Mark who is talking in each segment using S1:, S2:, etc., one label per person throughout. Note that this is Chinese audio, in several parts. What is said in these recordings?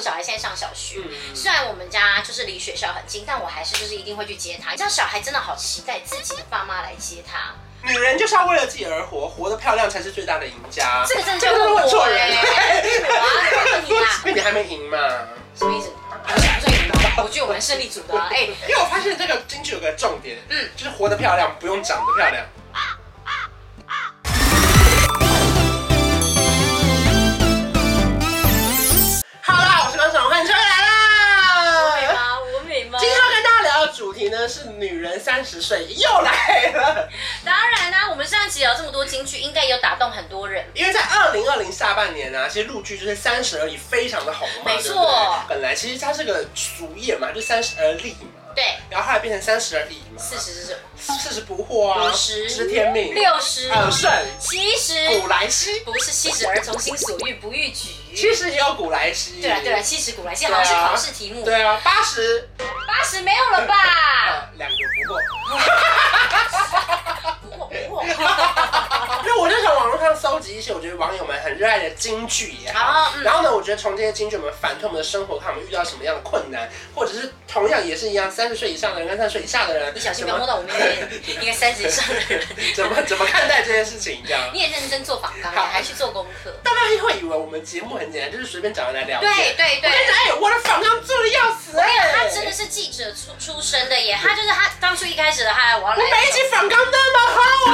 S1: 小孩现在上小学，
S2: 嗯
S1: 虽然我们家就是离学校很近，但我还是就是一定会去接他。你知道小孩真的好期待自己的爸妈来接他，
S2: 女人就是要为了自己而活，活得漂亮才是最大的赢家。
S1: 这个真的就
S2: 这个
S1: 问
S2: 问
S1: 我
S2: 错
S1: 哎、
S2: 人
S1: 欸， 我啊，问你啦
S2: 因，为你还没赢嘛。
S1: 什么意思？我想说赢了，我觉得我们胜利组的啊、哎、
S2: 因为我发现这个京剧有个重点，
S1: 嗯
S2: 嗯，就是活得漂亮，不用长得漂亮。好啦，我是高总，欢迎各位来啦！
S3: 啊，我美吗
S2: 今天要跟大家聊的主题呢是女人三十岁又来了，
S1: 当然啦、我们上一集聊这么多京剧，应该有打动很多人。
S2: 因为在二零二零下半年啊，其实陆剧就是《三十而已》非常的红嘛，
S1: 没错
S2: 对不对本来其实它是个俗谚嘛，就三十而立嘛，
S1: 对，
S2: 然后后来变成三十而已嘛，
S1: 四十是什么？
S2: 四十不惑啊，
S1: 五十
S2: 知天命，
S1: 六十、
S2: 耳顺，
S1: 七十
S2: 古，来稀，
S1: 不是七十而从心所欲不逾矩。
S2: 其实也有古来稀。
S1: 对了啊对了，七十古来稀好像是考试题目，
S2: 啊对啊，八十，
S1: 八十没有了吧？
S2: 呃两个不过。
S1: 不过不过，
S2: 因为我就从网络上搜集一些我觉得网友们很热爱的京剧也
S1: 啊
S2: 好，
S1: 嗯
S2: 然后呢，我觉得从这些京剧我们反推我们的生活，看我们遇到什么样的困难，或者是同样也是一样，三十岁以上的人跟三十岁以下的人，
S1: 你小心
S2: 怎
S1: 不要摸
S2: 么
S1: 到我面前，应该三十以上的人。
S2: 怎么怎么看待这件事情这样。
S1: 你也认真做访纲，
S2: 好
S1: 还去做功课。
S2: 大家会以为我们节目很简单，就是随便找人来聊天。
S1: 对对对
S2: 我跟你讲，哎，我的访纲做的要死，哎，
S1: 他真的是记者出出身的耶，他就是他当初一开始的他，我要
S2: 我
S1: 来
S2: 每一集反纲那么好，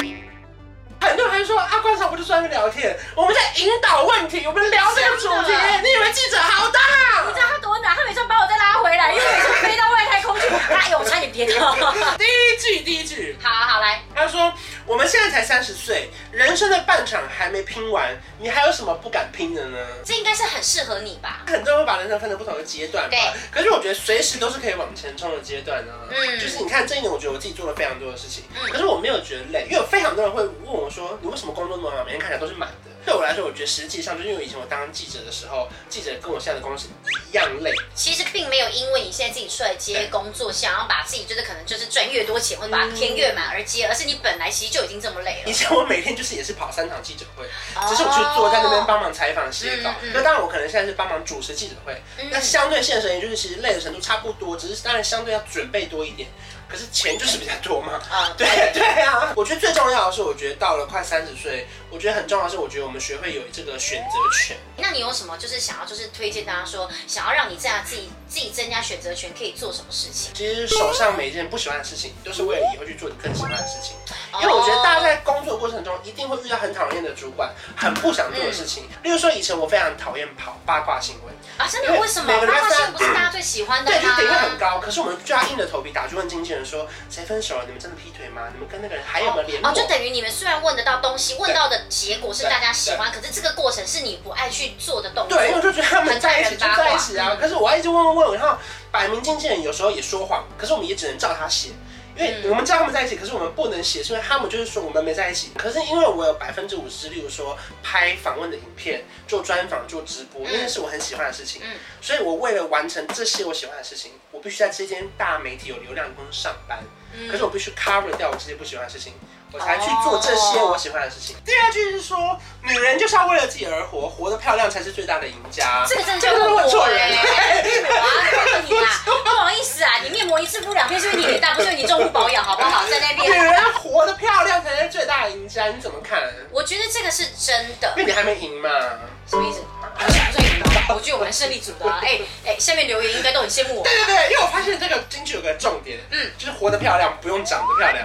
S2: 很多人还说啊，观赏不就专门聊天，我们在引导问题，我们聊这个主题
S1: 真的，
S2: 你以为记者好大？
S1: 啊
S2: 啊
S1: 你知道他多难？他每次把我再拉回来，因为每次飞到外太空去，哎呦，我差点跌倒。 好
S2: 第一句，第一句，
S1: 好来，
S2: 他说我们现在才三十岁，人生的半场还没拼完，你还有什么不敢拼的呢？
S1: 这应该是很适合你吧？
S2: 很多人会把人生分成不同的阶段嘛
S1: 对，
S2: 可是我觉得随时都是可以往前冲的阶段呢、
S1: 嗯
S2: 就是你看这一年，我觉得我自己做了非常多的事情，
S1: 嗯
S2: 可是我没有觉得累，因为有非常多人会问我说，你为什么工作那么忙，每天看起来都是满的？对我来说，我觉得实际上就是因为以前我当记者的时候，记者跟我现在的公司一样累，
S1: 其实并没有因为你现在自己出来接工作，想要把自己就是可能就是赚越多钱，或者把它填越满而接，而是你本来其实就已经这么累
S2: 以
S1: 了。
S2: 前我每天就是也是跑三场记者会，只是我去坐在那
S1: 哦
S2: 边帮忙采访写稿
S1: 嗯嗯，
S2: 那当然我可能现在是帮忙主持记者会，
S1: 嗯
S2: 那相对现实而言，就是其实累的程度差不多，只是当然相对要准备多一点，可是钱就是比较多 嘛。
S1: 啊，
S2: 对对啊，我觉得最重要的是，我觉得到了快三十岁，我觉得很重要的是，我觉得我们学会有这个选择权。
S1: 那你有什么就是想要就是推荐大家说，想要让你这样自己自己增加选择权，可以做什么事情？
S2: 其实手上每一件不喜欢的事情，都是为了以后去做你更喜欢的事情。哦因为我觉得大家
S1: 哦
S2: 在工作过程中一定会遇到很讨厌的主管，很不想做的事情。例如说，以前我非常讨厌跑八卦新闻，
S1: 啊，真的为什么
S2: 每个人
S1: 八卦
S2: 在
S1: 新闻不 是大家最喜欢的啊
S2: 对，就
S1: 吗？
S2: 点阅很高，可是我们就要硬着头皮打去问经纪人说，谁分手了？你们真的劈腿吗？你们跟那个人还有没有联络？
S1: 哦，就等于你们虽然问得到东西，问到的结果是大家喜欢，可是这个过程是你不爱去做的动作。
S2: 对，因为我就觉得他们在一起就在一起啊
S1: 很耐人八卦嗯。
S2: 可是我要一直问问问，然后摆明经纪人有时候也说谎，嗯可是我们也只能照他写。因为我们知道他们在一起，可是我们不能写，是因为他们就是说我们没在一起。可是因为我有百分之五十，例如说拍访问的影片、做专访、做直播，那些是我很喜欢的事情。
S1: 嗯
S2: 所以我为了完成这些我喜欢的事情，我必须在这间大媒体有流量的公司上班。
S1: 嗯
S2: 可是我必须 cover 掉我这些不喜欢的事情，我才去做这
S1: 哦
S2: 些我喜欢的事情。第二句是说，女人就是要为了自己而活，活得漂亮才是最大的赢家。
S1: 这个真的就问我
S2: 错
S1: 哎、我
S2: 人。
S1: 啊，问你啦，不好意思啊，你面膜一次敷两天，是因为你脸大，不是因为你重度保养，好不好？在那
S2: 女
S1: 边，
S2: 人活得漂亮才是最大的赢家，你怎么看？
S1: 我觉得这个是真的
S2: 因。为你还没赢嘛。
S1: 什么意思？我想说赢了，我觉得我们胜利组的、啊。哎、哎、下面留言应该都很羡慕我。
S2: 对对对，因为我发现这个京剧有个重点，
S1: 嗯
S2: 嗯，就是活得漂亮不用长得漂亮。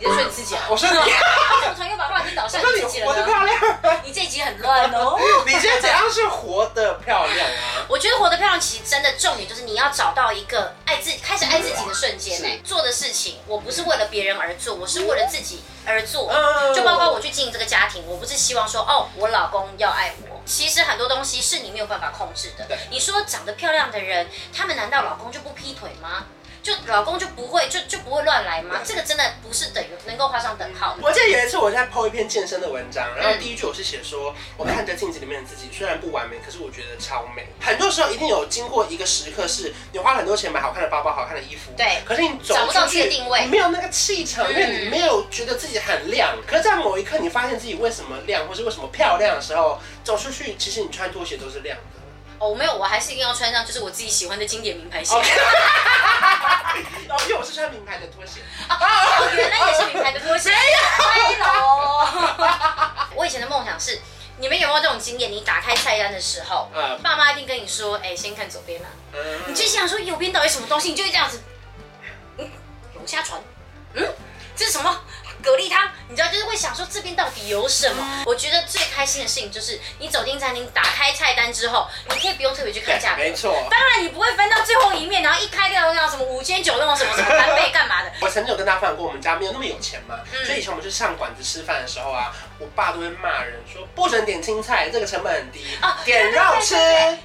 S1: 你在说你自己啊？
S2: 我说你，
S1: 他怎么突然又把话题导
S2: 我
S1: 向
S2: 说
S1: 你
S2: 你
S1: 自己
S2: 活
S1: 了
S2: 得
S1: 呢？
S2: 漂亮，
S1: 你这一集很乱哦。
S2: 你觉得怎样是活得漂亮啊？
S1: 我觉得活得漂亮，其实真的重点就是你要找到一个爱自己、开始爱自己的瞬间呢、
S2: 是
S1: 做的事情，我不是为了别人而做，我是为了自己而做。
S2: 嗯
S1: 就包括我去经营这个家庭，我不是希望说哦，我老公要爱我。其实很多东西是你没有办法控制的
S2: 对。
S1: 你说长得漂亮的人，他们难道老公就不劈腿吗？就老公就不会就就不会乱来吗？这个真的不是等于能够画上等号的。
S2: 我记得有一次我在 PO 一篇健身的文章，然后
S1: 嗯
S2: 第一句我是写说，我看着镜子里面的自己，虽然不完美，可是我觉得超美。很多时候一定有经过一个时刻，是你花很多钱买好看的包包、好看的衣服，
S1: 对
S2: 可是你走
S1: 找不到
S2: 出
S1: 自己的
S2: 去，
S1: 定位
S2: 你没有那个气场，
S1: 嗯
S2: 因为你没有觉得自己很亮。可是，在某一刻 你发现自己为什么亮，或是为什么漂亮的时候，走出去，其实你穿拖鞋都是亮的。
S1: 哦，没有，我还是一定要穿上就是我自己喜欢的经典名牌鞋。
S2: OK，哦，因为我是穿名牌的拖鞋，
S1: 哦，原来也是名牌的拖 鞋。没有。我以前的梦想是，你们有没有这种经验？你打开菜单的时候，
S2: 呃，
S1: 爸妈一定跟你说，哎、先看左边啊。你
S2: 嗯
S1: 就想说右边到底什么东西，你就会这样子，嗯，龙虾船，嗯，这是什么？蛤蜊汤，你知道，就是会想说这边到底有什么？
S2: 嗯
S1: 我觉得最开心的事情就是你走进餐厅，打开菜单之后，你可以不用特别去看价格，
S2: 没错。
S1: 当然你不会翻到最后一面，然后一开那个叫什么五千九那种什么什么翻倍干嘛的，
S2: 我曾经有跟大家分享过，我们家没有那么有钱嘛，
S1: 嗯
S2: 所以以前我们去上馆子吃饭的时候啊，我爸都会骂人说不准点青菜，这个成本很低，
S1: 啊
S2: 点肉吃，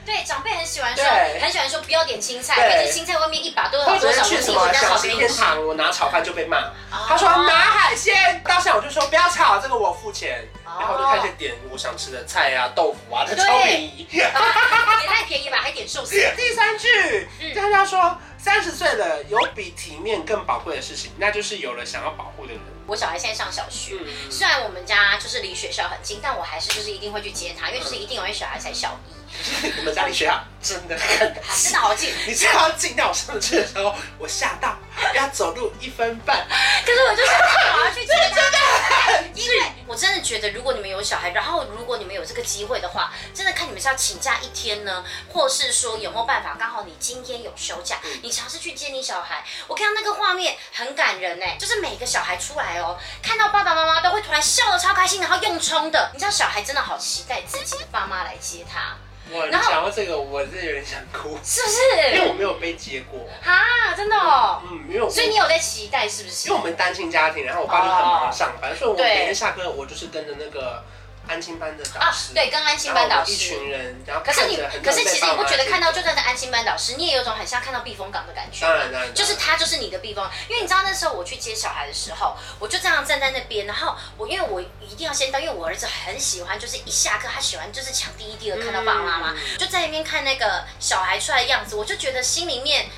S1: 对，长辈很喜欢说，
S2: 对
S1: 很喜欢说不要点青菜，
S2: 对
S1: 而且青菜外面一把多少
S2: 或者
S1: 多
S2: 是
S1: 少，
S2: 去什么小吃天
S1: 吃。
S2: 堂，我拿炒饭就被骂。他
S1: 他
S2: 说拿海鲜，到现在我就说不要炒，这个我付钱。
S1: 哦
S2: 然后我就开始点我想吃的菜啊、豆腐啊，这
S1: 对
S2: 超便宜。
S1: 也太便宜吧，还点寿司。
S2: 第三句，
S1: 嗯
S2: 大家说三十岁了有比体面更宝贵的事情，那就是有了想要保护的人。
S1: 我小孩现在上小学，
S2: 嗯
S1: 虽然我们家就是离学校很近，但我还是就是一定会去接他，因为就是一定有一些小孩才小一，
S2: 你们家离学校真的很
S1: 啊真的好近。
S2: 你知道进到我上去的时候，我吓到，要走路一分半。
S1: 可是我就是我要去接他，因为我真的觉得，如果你们有小孩，然后如果你们有这个机会的话，真的看你们是要请假一天呢，或是说有没有办法，刚好你今天有休假，
S2: 嗯
S1: 你尝试去接你小孩。我看到那个画面很感人哎、就是每个小孩出来哦，看到爸爸妈妈都会突然笑得超开心，然后用冲的，你知道小孩真的好期待自己的爸妈来接他，
S2: 我
S1: 然后
S2: 想到这个，我真的有点想哭，
S1: 是不
S2: 因为我
S1: 是？
S2: 没有被接过。
S1: 啊，真的哦，
S2: 嗯，因为我
S1: 所以你有在期待是不是？
S2: 因为我们单亲家庭，然后我爸就很忙上班，所以我
S1: 对
S2: 每天下课我就是跟着那个安亲班的导
S1: 啊
S2: 师，，
S1: 对，跟安亲班导
S2: 然后我们一
S1: 师。
S2: 群人，然后
S1: 可是
S2: 看
S1: 你
S2: 着很，
S1: 可是其实你不觉得看到
S2: 就
S1: 就算是安心班导师，你也有种很像看到避风港的感觉
S2: 当然当
S1: 吗
S2: 然？
S1: 就是他就是你的避风港，因为你知道那时候我去接小孩的时候，我就这样站在那边，然后我因为我一定要先到，因为我儿子很喜欢，就是一下课他喜欢就是抢第一第二看到爸爸妈妈，就在那边看那个小孩出来的样子，我就觉得心里面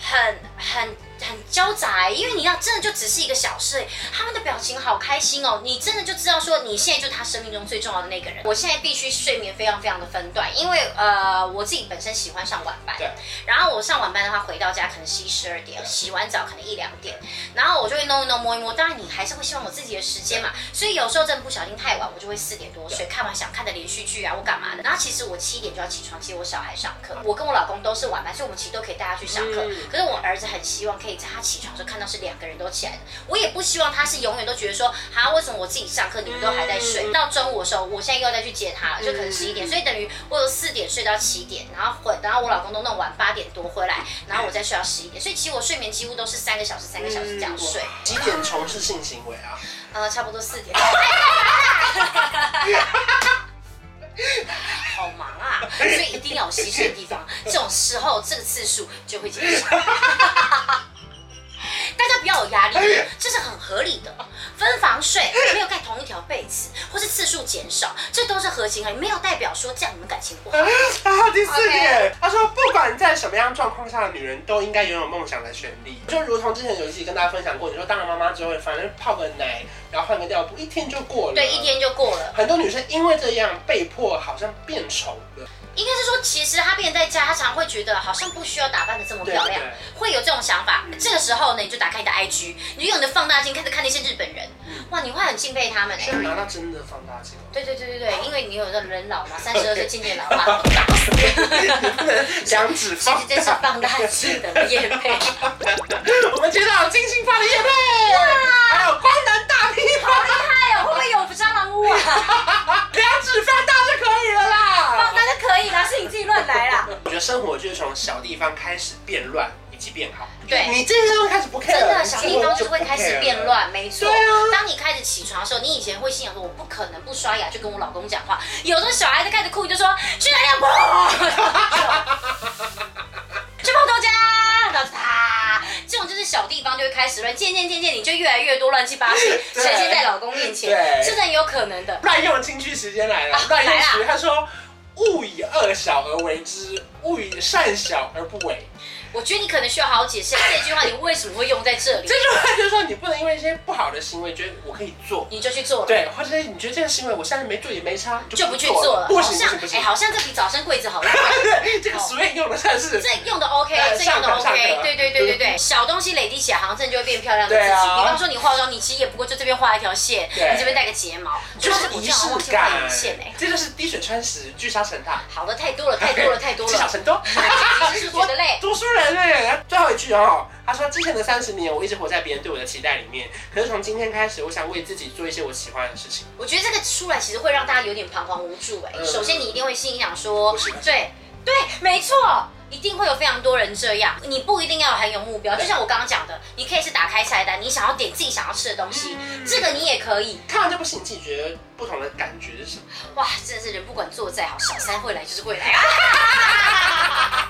S1: 很很。很交杂、因为你知道，真的就只是一个小事、他们的表情好开心哦，你真的就知道说你现在就是他生命中最重要的那个人。我现在必须睡眠非常非常的分段，因为呃我自己本身喜欢上晚班，
S2: 对，
S1: 然后我上晚班的话回到家可能十一十二点，洗完澡可能一两点，然后我就会弄一弄摸一摸，当然你还是会希望我自己的时间嘛，所以有时候真的不小心太晚，我就会四点多睡，看完想看的连续剧啊，我干嘛的，然后其实我七点就要起床接我小孩上课，我跟我老公都是晚班，所以我们其实都可以带他去上课，
S2: 嗯
S1: 可是我儿子很希望可以在他起床的时候看到是两个人都起来的，我也不希望他是永远都觉得说，哈，为什么我自己上课你们都还在睡？
S2: 嗯
S1: 到中午的时候，我现在又要再去接他了，就可能十一点，所以等于我有四点睡到七点，然后回，然后我老公都弄完八点多回来，然后我再睡到十一点，所以其实我睡眠几乎都是三个小时、三个小时
S2: 嗯
S1: 这样睡，
S2: 几点从事性行为啊？
S1: 呃，差不多四 点。好忙 啊，所以一定要有牺牲的地方。这种时候，这个次数就会减少。 大家不要有压
S2: 哎
S1: 力，这是很合理的。分房睡，没有盖同一条被子，或是次数减少，这都是合情合理，没有代表说这样你们感情
S2: 哎
S1: 不好。
S2: 然后啊第四点，他说不管在什么样状况下的女人都应该拥有梦想的权利，就如同之前有一集跟大家分享过，你说当了妈妈之后，反正泡个奶，然后换个尿布，一天就过了。
S1: 对，一。天就过了。
S2: 很多女生因为这样被迫好像变丑了，
S1: 应该是说，其实他变在家，他常会觉得好像不需要打扮的这么漂亮
S2: 对啊对，
S1: 会有这种想法。这个时候呢，你就打开你的 IG，你就用你的放大镜开始看那些日本人，哇，你会很敬佩他们哎、
S2: 现在拿到真的放 大镜了。
S1: 对对对对对，因为你有那人老嘛，三十二岁渐渐老化，打死
S2: 两指
S1: 其
S2: 放
S1: 实这是
S2: 大。
S1: 放大镜的叶 配。
S2: 我们接到金星发的夜配，还有光南大批
S1: 好
S2: 发，
S1: 厉害哦，会不会有蟑螂屋 啊？
S2: 两指放大就可以了啦
S1: 放。大就可以啦，是你自己乱来啦。
S2: 我觉得生活就是从小地方开始变乱，以及变好。
S1: 对
S2: 你这些地方开始不 care，
S1: 真的，
S2: 你
S1: 小
S2: 生活
S1: 地方就
S2: 就
S1: 会
S2: 不
S1: 开始
S2: care
S1: 变
S2: 了。
S1: 乱，没错。
S2: 对啊
S1: 当你开始起床的时候，你以前会心想说，我不可能不刷牙就跟我老公讲话。有时候小孩子开始哭，你就说去哪里啊？不 去泡豆浆，然后啪。这种就是小地方就会开始乱，渐渐渐渐你就越来越多乱七八糟，
S2: 对
S1: 呈现在老公面前，
S2: 对
S1: 是很有可能的。
S2: 乱用的金句时间来了，
S1: 啊
S2: 乱用
S1: 来啦
S2: 时，他说。勿以恶小而为之，勿以善小而不为。
S1: 我觉得你可能需要好好解释这句话，你为什么会用在这里
S2: 这？句话就是说，你不能因为一些不好的行为觉得我可以做，
S1: 你就去做了，
S2: 对，或者是你觉得这个行为我现在没做也没差，
S1: 就不去做了。
S2: 不
S1: 好
S2: 行
S1: 像
S2: 不行不
S1: 哎，
S2: 行。
S1: 好像这比早生贵子好用，
S2: 这个 swing 用的算是
S1: 这用的 OK，
S2: 呃
S1: 这用
S2: 上
S1: 的
S2: 课上
S1: OK，
S2: 课
S1: 对对对对对，小东西累积起来，好像真的就会变漂亮的自己。
S2: 对啊
S1: 比方说你化妆，你其实也不过就这边画一条线，
S2: 对
S1: 你这边带个睫毛，
S2: 就是
S1: 我
S2: 仪
S1: 这样忘记
S2: 式
S1: 画
S2: 感
S1: 眼线哎。，
S2: 这就是滴水穿石，聚沙成塔，
S1: 好的，太多了，太多了，太多
S2: 积少
S1: 了，
S2: 成多。
S1: 其实是觉得累。
S2: 读书人哎，最后一句哦，他说之前的三十年我一直活在别人对我的期待里面，可是从今天开始，我想为自己做一些我喜欢的事情。
S1: 我觉得这个出来其实会让大家有点彷徨无助哎、
S2: 嗯
S1: 首先你一定会心里想说
S2: 不喜欢，
S1: 对对，没错。一定会有非常多人这样，你不一定要很有目标，就像我刚刚讲的，你可以是打开菜单，你想要点自己想要吃的东西，
S2: 嗯
S1: 这个你也可以。
S2: 看完这部戏，你自己觉得不同的感觉是什么？
S1: 哇，真的是人不管做再好，小三会来就是会来。啊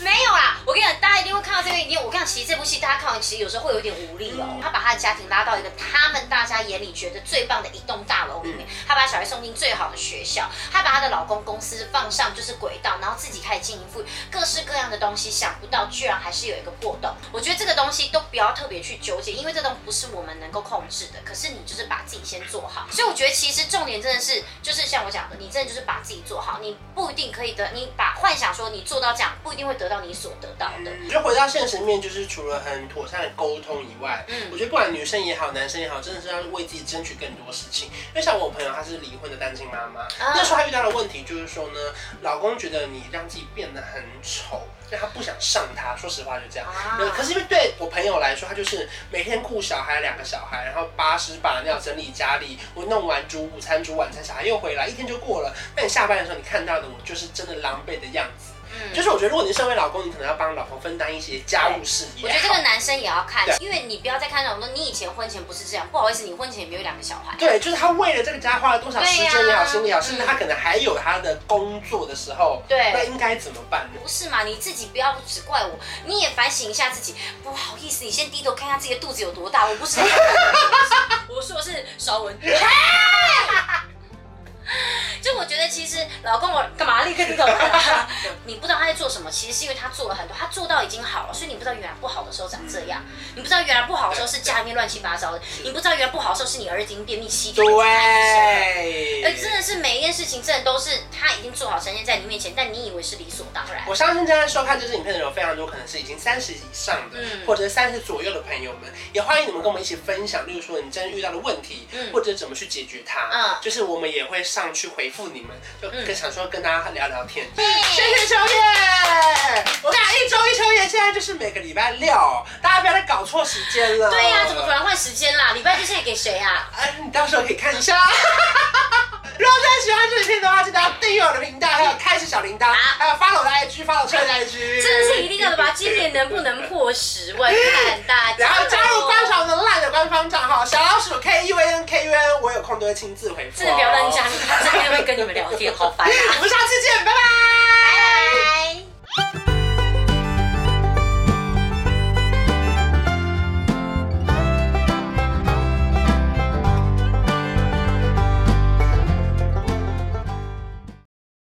S1: 没有啦，我跟你讲，大家一定会看到这个影片。我跟你讲，其实这部戏大家看完，其实有时候会有点无力哦。他把他的家庭拉到一个他们大家眼里觉得最棒的一栋大楼里面，他把小孩送进最好的学校，他把他的老公公司放上就是轨道，然后自己开始经营副业，各式各样的东西，想不到居然还是有一个破洞。我觉得这个东西都不要特别去纠结，因为这东西不是我们能够控制的。可是你就是把自己先做好，所以我觉得其实重点真的是，就是像我讲的，你真的就是把自己做好，你不一定可以得，你把幻想说你做到这样，不一定会得到你所得到的。
S2: 我觉得回到现实面，就是除了很妥善的沟通以外，
S1: 嗯
S2: 我觉得不管女生也好，男生也好，真的是要为自己争取更多事情。因为像我朋友，她是离婚的单亲妈妈，
S1: 啊
S2: 那时候她遇到的问题就是说呢，老公觉得你让自己变得很丑，那他不想上她。说实话就这样。
S1: 啊
S2: 可是因为对我朋友来说，他就是每天顾小孩两个小孩，然后把屎把尿整理家里，我弄完煮午餐煮晚餐，小孩又回来，一天就过了。那你下班的时候，你看到的我就是真的狼狈的样子。
S1: 嗯
S2: 就是我觉得，如果你身为老公，你可能要帮老婆分担一些家务事
S1: 我
S2: 也
S1: 觉得这
S2: 好
S1: 个男生也要看
S2: 对，
S1: 因为你不要再看那种说你以前婚前不是这样，不好意思，你婚前也没有两个小孩。
S2: 对，就是他为了这个家花了多少时间也
S1: 对
S2: 好，
S1: 呀
S2: 心力也好，
S1: 嗯
S2: 甚至他可能还有他的工作的时候，
S1: 对
S2: 那应该怎么办呢？
S1: 不是嘛？你自己不要只怪我，你也反省一下自己。不好意思，你先低头看一下自己的肚子有多大。我不是，我说的是韶文。就我觉得，其实老公我干嘛立刻低头看啊？你不知道他在做什么，其实是因为他做了很多，他做到已经好了，所以你不知道原来不好的时候长这样，你不知道原来不好的时候是家里面乱七八糟的，你不知道原来不好的时候是你儿子已经便秘七天。哎，真
S2: 对。
S1: 的是每一件事情，真的都是他已经做好呈现在你面前，但你以为是理所当然。
S2: 我相信正在收看这支影片的人有非常多，可能是已经三十以上的，
S1: 嗯
S2: 或者是三十左右的朋友们，也欢迎你们跟我们一起分享，例如说你真的遇到的问题，
S1: 嗯
S2: 或者怎么去解决它，
S1: 嗯
S2: 就是我们也会上去回复你们，就
S1: 嗯
S2: 跟想说跟大家聊聊天。谢
S1: 对
S2: 谢秋叶，我跟你讲，一周一秋叶，现在就是每个礼拜六，大家不要再搞错时间了。
S1: 对呀、怎么突然换时间啦？礼拜天现在给谁啊？
S2: 哎，你到时候可以看一下。 如果大家喜欢这影片的话，记得要订阅我的频道，还有开启小铃铛，还有 follow 我的 IG，follow 车的 IG，
S1: 真的是一定要的吧？今年能不能破十万？看大家
S2: 然
S1: 喽。
S2: 后加入观潮的烂的官方账号小老鼠 K U N K U N，我有空都会亲自回复、哦。
S1: 真的不要乱加，你真的会跟你们聊天，好烦啊！
S2: 我们下次见。